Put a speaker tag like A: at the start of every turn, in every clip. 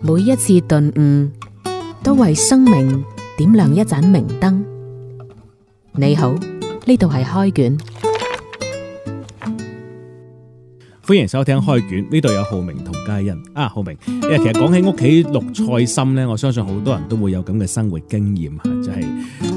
A: 每一次頓悟，都為生命點亮一盞明燈。你好，呢度係開卷，
B: 歡迎收聽開卷，呢度有浩明同佳欣啊，浩明，因為其實講起屋企綠菜心呢，我相信好多人都會有咁嘅生活經驗嚇，就係、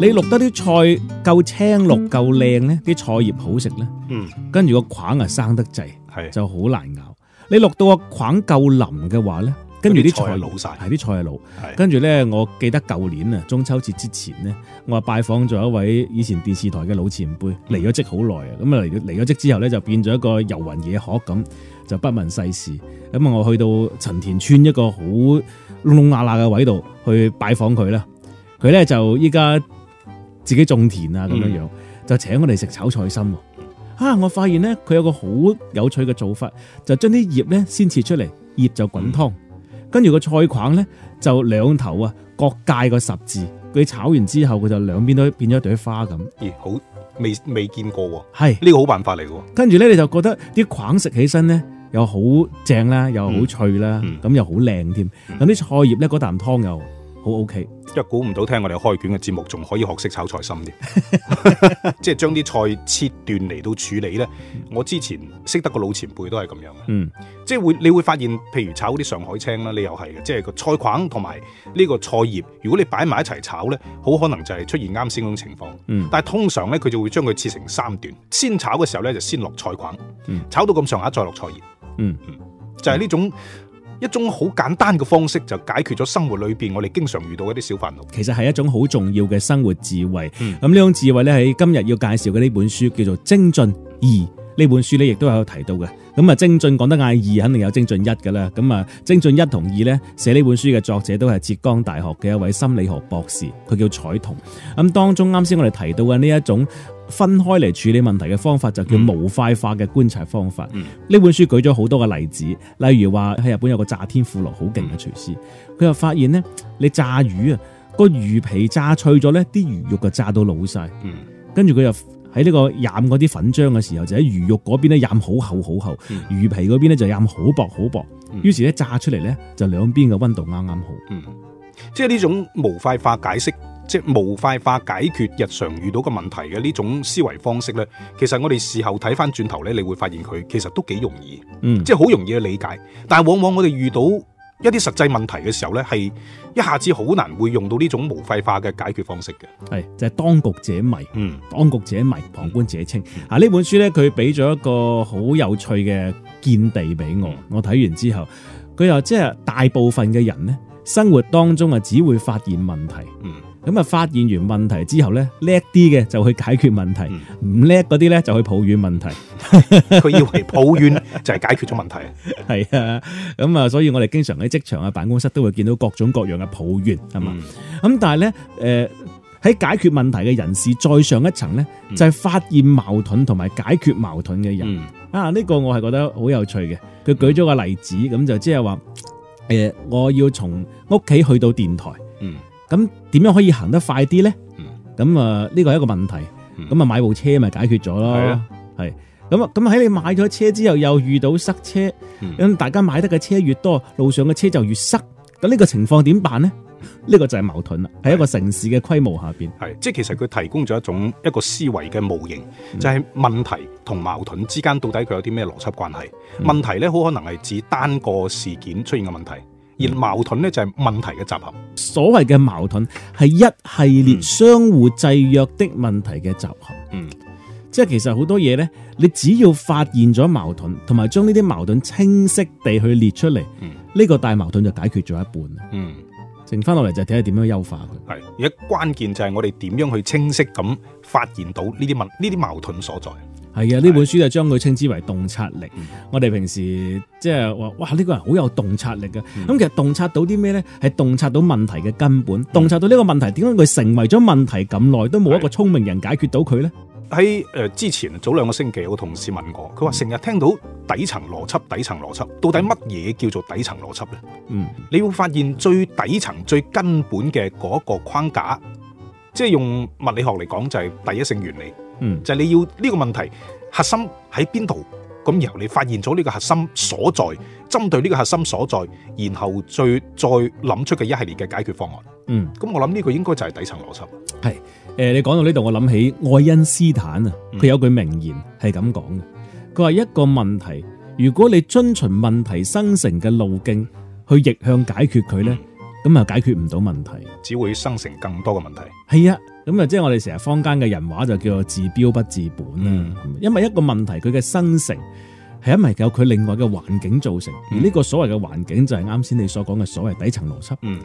B: 你綠得啲菜夠青綠夠靚呢，啲菜葉好食呢，
C: 嗯，
B: 跟住個梗啊生得滯，
C: 係
B: 就好難咬。你落到個框夠腍嘅話咧，跟住啲
C: 嗰啲菜
B: 菜
C: 老曬
B: 係啲菜係老。
C: 係
B: 跟住咧，我記得舊年啊，中秋節之前咧，我係拜訪咗一位以前電視台嘅老前輩，離咗職好耐啊。咁啊離離咗職之後咧，就變咗一個遊魂野鶴咁，就不問世事。咁啊，我去到陳田村一個好窿窿罅罅嘅位度去拜訪佢啦。佢咧就依家自己種田啊咁
C: 嗯
B: 樣樣，就請我哋食炒菜心喎。啊！我發現咧，佢有個好有趣嘅做法，就將啲葉咧先切出嚟，葉就滾湯，
C: 嗯
B: 跟住個菜框咧就兩頭啊各界個十字。佢炒完之後，佢就兩邊都變咗一朵花咁。
C: 咦好未未見過喎，
B: 係，
C: 呢個好辦法嚟嘅喎，
B: 跟住咧你就覺得啲框食起身咧又好正啦，又好脆啦，
C: 嗯
B: 咁、又好靚添。
C: 嗯
B: 咁啲菜葉咧嗰啖湯又好 OK。
C: 因為估唔到聽我哋開卷嘅節目仲可以學識炒菜心 添，即係將啲菜切斷嚟到處理呢。我之前識得個老前輩都係咁樣嘅，
B: 嗯，
C: 即係會你會發現，譬如炒啲上海青啦，你又係嘅，即係個菜框同埋呢個菜葉，如果你擺埋一齊炒呢，好可能就係出現啱先嗰種情況。
B: 嗯
C: 但係通常呢，佢就會將佢切成三段，先炒嘅時候呢，就先落菜框，
B: 嗯
C: 炒到咁上下再落菜葉。
B: 嗯，
C: 就係呢種一種好簡單嘅方式，就解決咗生活裏邊我哋經常遇到一啲小煩惱。
B: 其實係一種好重要嘅生活智慧。
C: 嗯
B: 咁呢、種智慧咧喺今日要介紹嘅呢本書叫做《精進二》呢本書咧，亦都有提到嘅。咁啊，精進講得嗌二，肯定有精進一㗎啦。咁啊，精進一同二呢，寫呢本書嘅作者都係浙江大學嘅一位心理學博士，佢叫彩童。咁當中啱先我哋提到嘅呢一種分開嚟處理問題嘅方法，就叫
C: 嗯
B: 模塊化嘅觀察方法。
C: 嗯
B: 呢本書舉咗好多嘅例子，例如話喺日本有個炸天婦羅好勁嘅廚師，佢又發現呢，你炸魚啊，個魚皮炸脆咗呢啲魚肉就炸到老晒。
C: 嗯，
B: 跟住佢又喺呢個染嗰啲粉漿嘅時候，就喺魚肉嗰邊咧染好厚好厚，
C: 嗯
B: 魚皮嗰邊咧就染好薄好薄
C: 嗯。
B: 於是咧炸出嚟咧就兩邊嘅温度啱啱好。
C: 嗯，即係呢種無快化解釋，即係無快化解決日常遇到嘅問題嘅呢種思維方式呢，其實我哋事後睇翻轉頭呢，你會發現佢其實都幾容易，
B: 嗯，
C: 即係好容易去理解。但係往往我哋遇到一啲實際問題嘅時候呢，係一下子好難會用到呢種無快化嘅解決方式嘅。
B: 係就係、當局者迷，
C: 嗯
B: 當局者迷，旁觀者清。啊，呢本書咧佢俾咗一個好有趣嘅見地俾我
C: 嗯，
B: 我睇完之後，佢又即係大部分嘅人呢，生活當中啊只會發現問題。
C: 嗯
B: 咁啊，發現完問題之後呢，叻啲嘅就去解決問題，唔叻嗰啲呢，就去抱怨 問題。
C: 嗯佢以為抱怨就係解決咗問題。
B: 係啊，咁啊，所以我哋經常喺職場啊、辦公室都會見到各種各樣嘅抱怨，係嘛？
C: 嗯
B: 咁、但係咧，誒、喺解決問題嘅人士再上一層咧，
C: 嗯
B: 就係、發現矛盾同埋解決矛盾嘅人、
C: 嗯
B: 啊！呢、個我係覺得好有趣嘅。佢舉咗個例子，咁就即係話，誒、我要從屋企去到電台，
C: 嗯
B: 咁點樣可以行得快啲咧？
C: 嗯
B: 咁啊，呢個係一個問題。
C: 嗯
B: 咁啊，買部車咪解決咗咯
C: 係啊。
B: 係咁啊，咁喺你買咗車之後，又遇到塞車。
C: 嗯
B: 咁大家買得嘅車越多，路上嘅車就越塞。咁呢個情況點辦呢？
C: 嗯
B: 呢、個就係矛盾啦，喺一個城市嘅規模下邊。
C: 係，即係其實佢提供咗一種一個思維嘅模型，就係、問題同矛盾之間到底佢有啲咩邏輯關係？
B: 嗯
C: 問題呢，好可能係指單個事件出現嘅問題，而矛盾呢，就係、問題嘅集合。
B: 所謂嘅矛盾係一系列
C: 嗯
B: 相互制約的問題嘅集合。
C: 嗯
B: 即係其實好多嘢呢，你只要發現咗矛盾，同埋將呢啲矛盾清晰地去列出嚟，呢、
C: 嗯
B: 個大矛盾就解決咗一半啦。
C: 嗯，
B: 剩翻落嚟就睇下點樣優化佢。
C: 係。而家關鍵就係我哋點樣去清晰咁發現到呢啲問呢啲矛盾所在。
B: 係啊，呢本書就將佢稱之為洞察力
C: 嗯。
B: 我哋平時即係話，哇！呢、個人好有洞察力嘅。咁、
C: 嗯
B: 其實洞察到啲咩呢？係洞察到問題嘅根本，洞察到呢個問題點解佢成為咗問題咁耐都冇一個聰明人解決到佢呢？
C: 喺誒、呃之前早兩個星期，有個同事問我，佢話成日聽到底層邏輯、底層邏輯，到底乜嘢叫做底層邏輯呢？
B: 嗯
C: 你會發現最底層、最根本嘅嗰一個框架，即係用物理學嚟講就係第一性原理，
B: 嗯
C: 就係、你要呢個問題核心喺邊度，咁然後你發現咗呢個核心所在，針對呢個核心所在，然後最再諗出嘅一系列嘅解決方案。
B: 嗯，
C: 咁我諗呢個應該就係底層邏輯。
B: 诶、你講到呢度，我諗起愛因斯坦啊，
C: 嗯
B: 佢有句名言係咁講嘅，佢話一個問題，如果你遵循問題生成嘅路徑去逆向解決佢咧，咁啊解決唔到問題。
C: 只會生成更多嘅問題。
B: 係啊，咁啊即係我哋成日坊間嘅人話就叫做治標不治本啦。因為一個問題佢嘅生成係因為有佢另外嘅環境造成，而
C: 嗯
B: 呢個所謂嘅環境就係啱先你所講嘅所謂底層邏輯。
C: 嗯，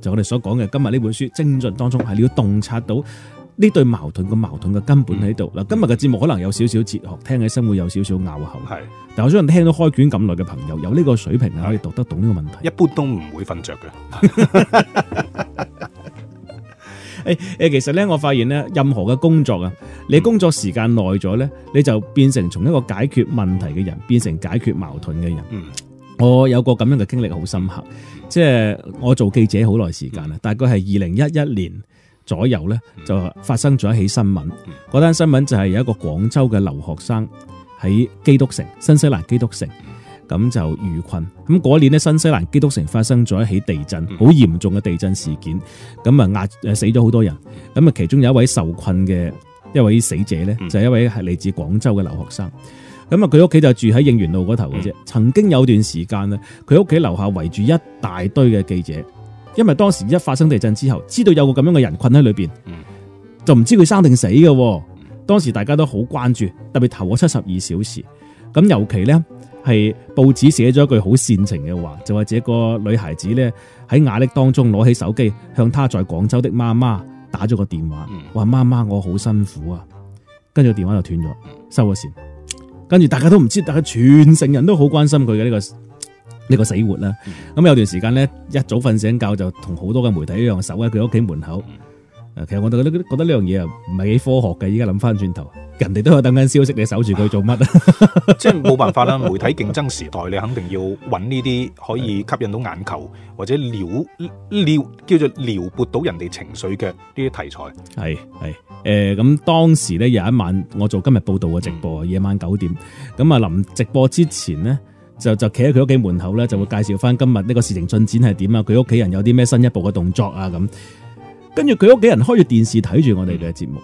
B: 就我哋所講嘅今日呢本書精進當中，係你要洞察到呢對矛盾嘅矛盾嘅根本喺度。嗱、今日嘅節目可能有少少哲學，聽起身會有少少拗口，
C: 係
B: 但我相信聽到開卷咁耐嘅朋友，有呢個水平係可以讀得懂呢個問題。
C: 一般都唔會瞓着嘅。
B: 誒誒，其實咧，我發現咧，任何嘅工作啊，你工作時間耐咗咧，你就變成從一個解決問題嘅人，變成解決矛盾嘅人。
C: 嗯
B: 我有個咁樣嘅經歷好深刻，即係我做記者好耐時間啦，大概係二零一一年左右呢，
C: 嗯
B: 就發生咗一起新聞
C: 嗯。
B: 嗰單新聞就係有一個廣州嘅留學生喺基督城，新西蘭基督城。
C: 嗯
B: 咁就遇困，咁嗰年呢，新西蘭基督城發生咗一起地震，
C: 嗯
B: 好嚴重嘅地震事件，咁啊壓誒死咗好多人，咁啊其中有一位受困嘅一位死者呢，
C: 嗯
B: 就係一位係嚟自廣州嘅留學生。咁啊，佢屋企就住喺應元路嗰頭嘅啫。
C: 嗯
B: 曾經有段時間咧，佢屋企樓下圍住一大堆嘅記者，因為當時一發生地震之後，知道有個咁樣嘅人困喺裏邊
C: 嗯，
B: 就唔知佢生定死嘅喎。當時大家都好關注，特別頭嗰七十二小時。咁尤其呢，係報紙寫咗一句好煽情嘅話，就話這個女孩子呢，喺瓦礫當中攞起手機，向她在廣州的媽媽打咗個電話。
C: 嗯
B: 話媽媽我好辛苦啊，跟住個電話就斷咗，收咗線。跟住大家都唔知，大家全城人都好關心佢嘅呢個呢、個死活啦。咁、有段時間咧，一早瞓醒覺就同好多嘅媒體一樣守喺佢屋企門口。誒，其實我哋覺得覺得呢樣嘢啊，唔係幾科學嘅。依家諗翻轉頭，人哋都有等緊消息，你守住佢做乜啊？
C: 即係冇辦法啦，媒體競爭時代，你肯定要揾呢啲可以吸引到眼球或者撩撩叫做撩撥到人哋情緒嘅呢啲題材。
B: 係係誒，咁、當時咧有一晚，我做今日報道嘅直播啊，夜晚九點。咁啊，臨直播之前呢，就就企喺佢屋企門口咧，就會介紹翻今日呢個事情進展係點啊，佢屋企人有啲咩新一步嘅動作啊咁。跟住佢屋企人開住電視睇住我哋嘅節目，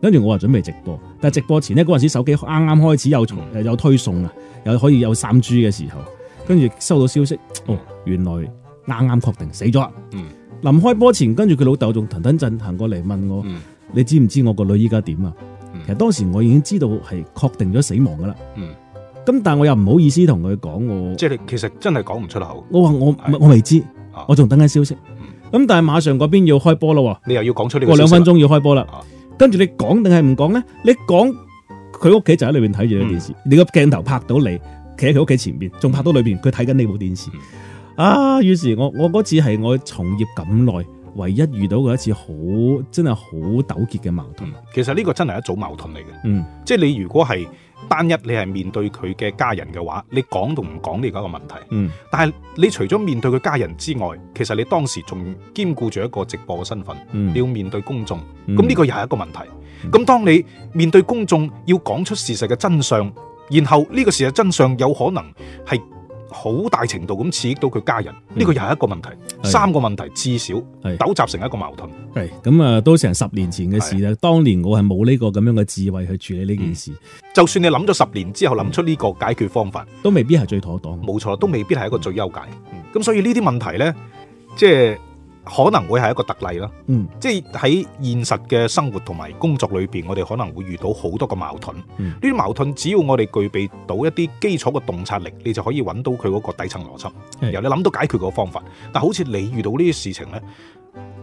B: 跟住我話準備直播，但係直播前呢，嗰陣時手機啱啱開始有重誒有推送啊，有可以有三 G 嘅時候，跟住收到消息，哦，原來啱啱確定死咗啦。
C: 嗯。
B: 臨開波前，跟住佢老豆仲騰騰震行過嚟問我：
C: 嗯
B: 你知唔知我個女依家點啊？
C: 嗯
B: 其實當時我已經知道係確定咗死亡噶啦。
C: 嗯，
B: 咁但我又唔好意思同佢講我，
C: 即係你其實真係講唔出口，
B: 我話我
C: 係
B: 我未知
C: 啊，
B: 我仲等緊消息。咁但係馬上嗰邊要開波啦，
C: 你又要講出呢個
B: 過兩分
C: 鐘。
B: 鐘要開波啦
C: 啊。
B: 跟住你講定係唔講呢？你講佢屋企就喺裏邊睇住個電視，
C: 嗯
B: 你個鏡頭拍到你企喺佢屋企前面，仲拍到裏邊佢睇緊你部電
C: 嗯
B: 視。啊！於是我我嗰次係我從業咁耐唯一遇到嘅一次好真係好糾結嘅矛盾
C: 嗯。其實呢個真係一組矛盾嚟嘅。
B: 嗯，
C: 即係你如果係單一，你係面對佢嘅家人嘅話，你講同唔講呢個一個問題。
B: 嗯，
C: 但係你除咗面對佢家人之外，其實你當時仲兼顧住一個直播嘅身份，
B: 嗯
C: 你要面對公眾。
B: 嗯
C: 咁呢個又係一個問題。
B: 嗯
C: 咁當你面對公眾要講出事實嘅真相，然後呢個事實真相有可能係好大程度咁刺激到佢家人，
B: 嗯
C: 呢個又係一個問題。
B: 係
C: 三個問題至少
B: 係
C: 糾集成一個矛盾。
B: 係咁啊，都成十年前嘅事啦。當年我係冇呢個咁樣嘅智慧去處理呢件事，
C: 就算你諗咗十年之後諗出呢個解決方法，
B: 都未必係最妥當。
C: 冇錯，都未必係一個最優解
B: 嗯。
C: 咁所以呢啲問題呢，即係可能會係一個特例啦。
B: 嗯
C: 即係喺現實嘅生活同埋工作裏邊，我哋可能會遇到好多個矛盾。呢
B: 嗯
C: 啲、矛盾只要我哋具備到一啲基礎嘅洞察力，你就可以揾到佢嗰個底層邏輯，
B: 係
C: 由你諗到解決個方法。但好似你遇到呢啲事情呢，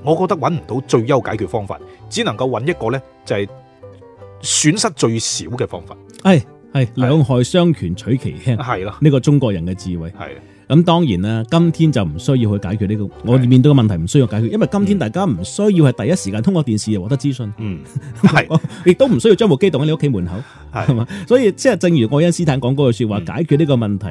C: 我覺得揾唔到最優解決方法，只能夠揾一個呢，就係、損失最少嘅方法。
B: 係係兩害相權取其輕，
C: 係啦，
B: 呢個中國人嘅智慧。
C: 係啦
B: 咁當然啦，今天就唔需要去解決呢、個，我哋面對嘅問題唔需要解決，因為今天大家唔需要係第一時間通過電視就獲得資訊，
C: 嗯， 係
B: 亦都唔需要將部機動喺你屋企門口， 係
C: 係
B: 嘛？所以即係正如愛因斯坦講嗰句説話，
C: 嗯
B: 解決呢個問題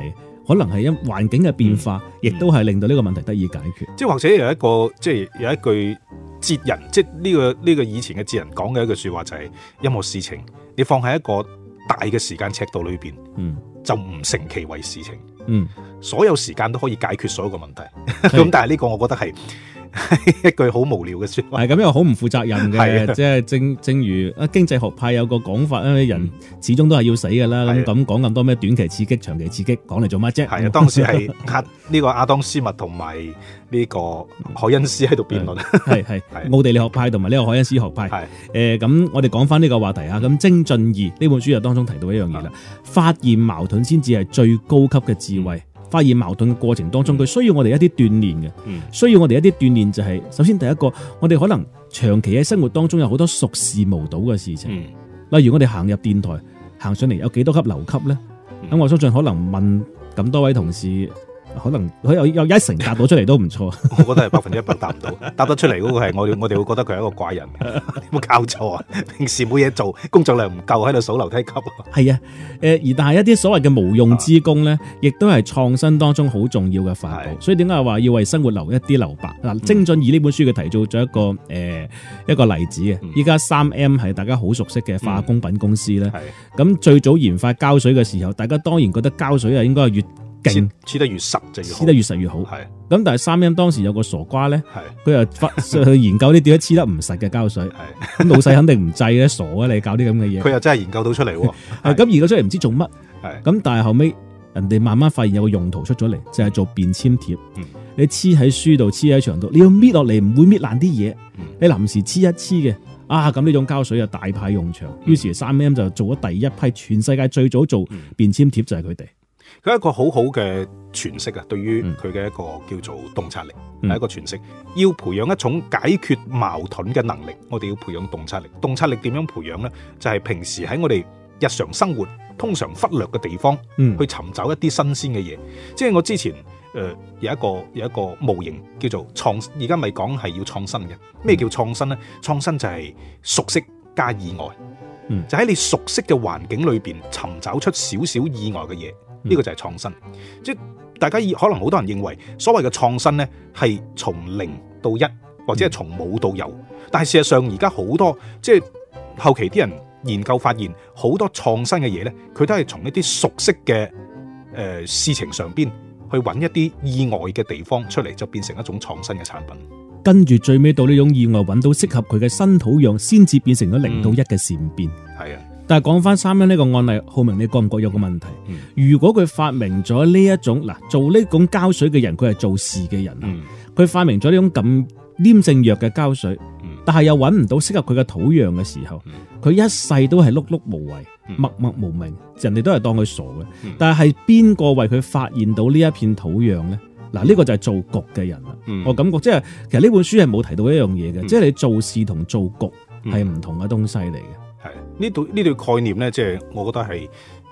B: 可能係因環境嘅變化，亦都係令到呢個問題得以解決。
C: 即係或者有一個即係有一句哲人，即係呢、個呢、個以前嘅哲人講嘅一句説話就係、任何事情你放喺一個大嘅時間尺度裏邊，
B: 嗯
C: 就唔成其為事情，
B: 嗯，
C: 所有時間都可以解決所有嘅問題。
B: 係
C: 咁但係呢個我覺得係 一句好無聊嘅説話。
B: 係咁又好唔負責任
C: 係
B: 嘅，
C: 啊
B: 即係正正如啊經濟學派有個講法咧，人始終都係要死㗎啦。咁
C: 嗯係啊
B: 咁講咁多咩短期刺激、長期刺激，講嚟做乜啫？
C: 係啊，當時係 亞呢個亞當斯密同埋呢個海恩斯喺度辯論。
B: 係係
C: 係
B: 奧地利學派同埋呢個海恩斯學派。
C: 係
B: 誒咁，我哋講翻呢個話題啊。咁《精進二》呢本書就當中提到一樣嘢啦，發現矛盾先至係最高級嘅智慧。發現矛盾嘅過程當中，佢需要我哋一啲鍛鍊嘅，
C: 嗯
B: 需要我哋一啲鍛鍊就係、首先第一個，我哋可能長期喺生活當中有好多熟視無睹嘅事情，
C: 嗯
B: 例如我哋行入電台行上嚟有幾多級樓級呢？咁、
C: 嗯
B: 我相信可能問咁多位同事，可能佢有有一成答到出嚟都唔錯。
C: 我覺得係百分之一百答唔到， 答得出嚟嗰個係我哋，我哋會覺得佢係一個怪人， 有冇搞錯啊？ 平時冇嘢做，工作量唔夠，喺度數樓梯級。
B: 係啊，诶、而但係一啲所謂嘅無用之功咧，亦都係創新當中好重要嘅法寶。
C: 啊係嗯
B: 所以點解話要為生活留一啲留白？嗱，《精進二》呢本書嘅提做咗一個诶、一個例子嘅
C: 嗯。
B: 依家三 M 係大家好熟悉嘅化工品公司咧，
C: 係
B: 咁、最早研發膠水嘅時候，大家當然覺得膠水啊應該係越勁
C: 黐黐得越實就越好
B: 黐得。越實越好。咁
C: 係
B: 但係三 M 當時有個傻瓜咧，
C: 係
B: 佢又發 去研究啲點樣黐得唔實嘅膠水，
C: 係，
B: 咁老細肯定唔制咧，傻啊你搞啲咁嘅嘢。
C: 佢又真係研究到出 嚟喎。
B: 係啊咁研究出嚟唔知做乜，
C: 係
B: 咁但係後尾人哋慢慢發現有個用途出咗嚟，就係、做便簽貼。
C: 嗯
B: 你黐喺書度，黐喺牆度，你要搣落嚟唔會搣爛啲嘢，
C: 嗯
B: 你臨時黐一黐嘅。啊，咁呢種膠水就大派用場，於是三 M 就做咗第一批，全世界最早做
C: 嗯
B: 便簽貼就係佢哋。
C: 佢係一個好好嘅詮釋啊，對於
B: 嗯
C: 佢嘅一個叫做洞察力，
B: 嗯
C: 係一個詮釋。要培養一種解決矛盾嘅能力，我哋要培養洞察力。洞察力點樣培養呢？就係平時喺我哋日常生活通常忽略嘅地方，
B: 嗯
C: 去尋找一啲新鮮嘅嘢。即係我之前誒、呃有一個有一個模型叫做創，而家咪講係要創新嘅。咩
B: 嗯
C: 叫創新呢？創新就係熟悉加意外，
B: 嗯
C: 就喺你熟悉嘅環境裏邊尋找出少少意外嘅嘢，
B: 嗯
C: 呢、個就係創新。即係大家以可能好多人認為所謂嘅創新呢，係從零到一，或
B: 嗯
C: 者係從冇到有。但係事實上而家好多即係後期啲人研究發現，好多創新嘅嘢呢，佢都係從一啲熟悉嘅誒、呃事情上邊去揾一啲意外嘅地方出嚟，就變成一種創新嘅產品。
B: 跟住最尾到呢種意外揾到適合佢嘅新土壤，先至變成咗零到一嘅善變。
C: 係啊，
B: 但係講翻三 M 呢個案例，浩明你覺唔覺有個問題？
C: 嗯
B: 如果佢發明咗呢一種嗱，做呢種膠水嘅人，佢係做事嘅人啊。
C: 嗯
B: 佢發明咗呢種咁黏性弱嘅膠水，
C: 嗯
B: 但係又揾唔到適合佢嘅土壤嘅時候
C: 嗯，
B: 佢一世都係碌碌無為、
C: 嗯
B: 默默無名，人哋都係當佢傻嘅
C: 嗯。
B: 但係邊個為佢發現到呢一片土壤呢？嗱，呢個就係做局嘅人啦。
C: 嗯
B: 我感覺即係其實呢本書係冇提到一樣嘢嘅，
C: 嗯
B: 即係你做事同做局
C: 嗯
B: 係唔同嘅東西嚟嘅。
C: 係啊呢對呢對概念呢，即係我覺得係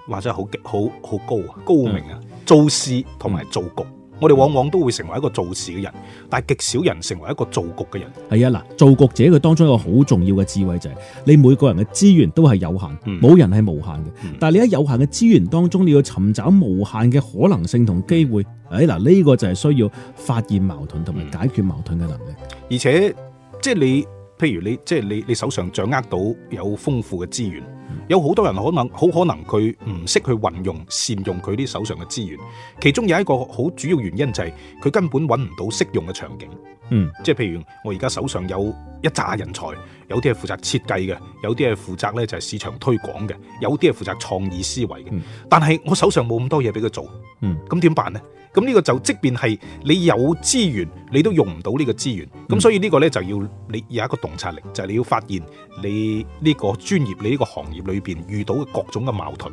C: 話真係好極好好高啊，高明啊！做事同埋做局，我哋往往都會成為一個做事嘅人，但係極少人成為一個做局嘅人。
B: 係啊，嗱，做局者佢當中一個好重要嘅智慧就係、你每個人嘅資源都係有限，
C: 嗯
B: 冇、人係無限嘅。
C: 嗯
B: 但係你喺有限嘅資源當中，你要尋找無限嘅可能性同機會。誒嗱，呢個就係需要發現矛盾同埋
C: 嗯
B: 解決矛盾嘅能力。
C: 而且即係你，譬如你即係你，你手上掌握到有豐富嘅資源，有好多人可能好可能佢唔識去運用善用佢啲手上嘅資源，其中有一個好主要原因就係佢根本揾唔到適用嘅場景。
B: 嗯，
C: 即係譬如我而家手上有一紮人才，有啲係負責設計嘅，有啲係負責咧就係市場推廣嘅，有啲係負責創意思維嘅。
B: 嗯
C: 但係我手上冇咁多嘢俾佢做，
B: 嗯
C: 咁點辦呢？咁呢個就即便係你有資源，你都用唔到呢個資源。咁
B: 嗯
C: 所以呢個呢，就要你有一個洞察力，就係、你要發現你呢個專業、你呢個行業裏邊遇到嘅各種嘅矛盾、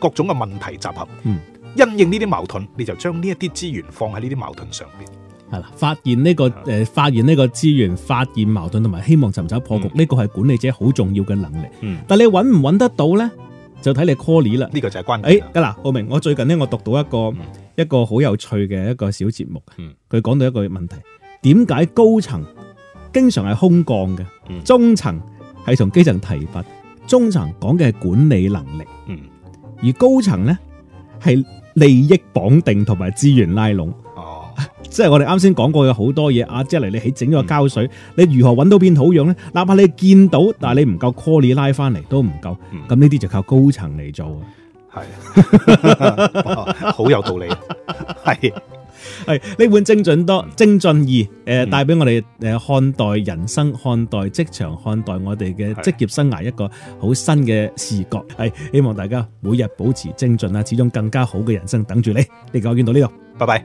C: 各種嘅問題集合。
B: 嗯
C: 因應呢啲矛盾，你就將呢一啲資源放喺呢啲矛盾上邊。
B: 係啦，發現呢、個
C: 啊
B: 誒、呃、發現呢個資源、發現矛盾同埋希望尋找破局，呢、
C: 嗯
B: 個係管理者好重要嘅能力。
C: 嗯，
B: 但你揾唔揾得到呢？就睇你 call 啦。
C: 呢個就係關
B: 誒
C: 鍵啦。
B: 嗱，浩明，我最近呢，我讀到一個、
C: 嗯
B: 一個好有趣嘅一個小節目
C: 嗯，
B: 佢講、到一個問題：點解高層經常係空降嘅，
C: 嗯
B: 中層係同基層提拔，中層講嘅係管理能力，
C: 嗯，
B: 而高層呢係利益綁定同埋資源拉攏。
C: 哦。
B: 即係我哋啱先講過嘅好多嘢啊，即係嚟你起整咗個膠水，
C: 嗯
B: 你如何揾到片土壤呢？哪怕你見到，但係你唔夠 call 你拉翻嚟都唔夠，
C: 嗯
B: 咁呢啲就靠高層嚟做啊。
C: 係哇好有道理，係
B: 系哎呢本精準多精進易，诶、
C: 嗯
B: 帶俾我哋诶看待人生、看待職場、看待我哋嘅
C: 係
B: 職業生涯一個好新嘅視角。係希望大家每日保持精進啦，始終更加好嘅人生等住你。呢個我見到呢度，
C: 拜拜。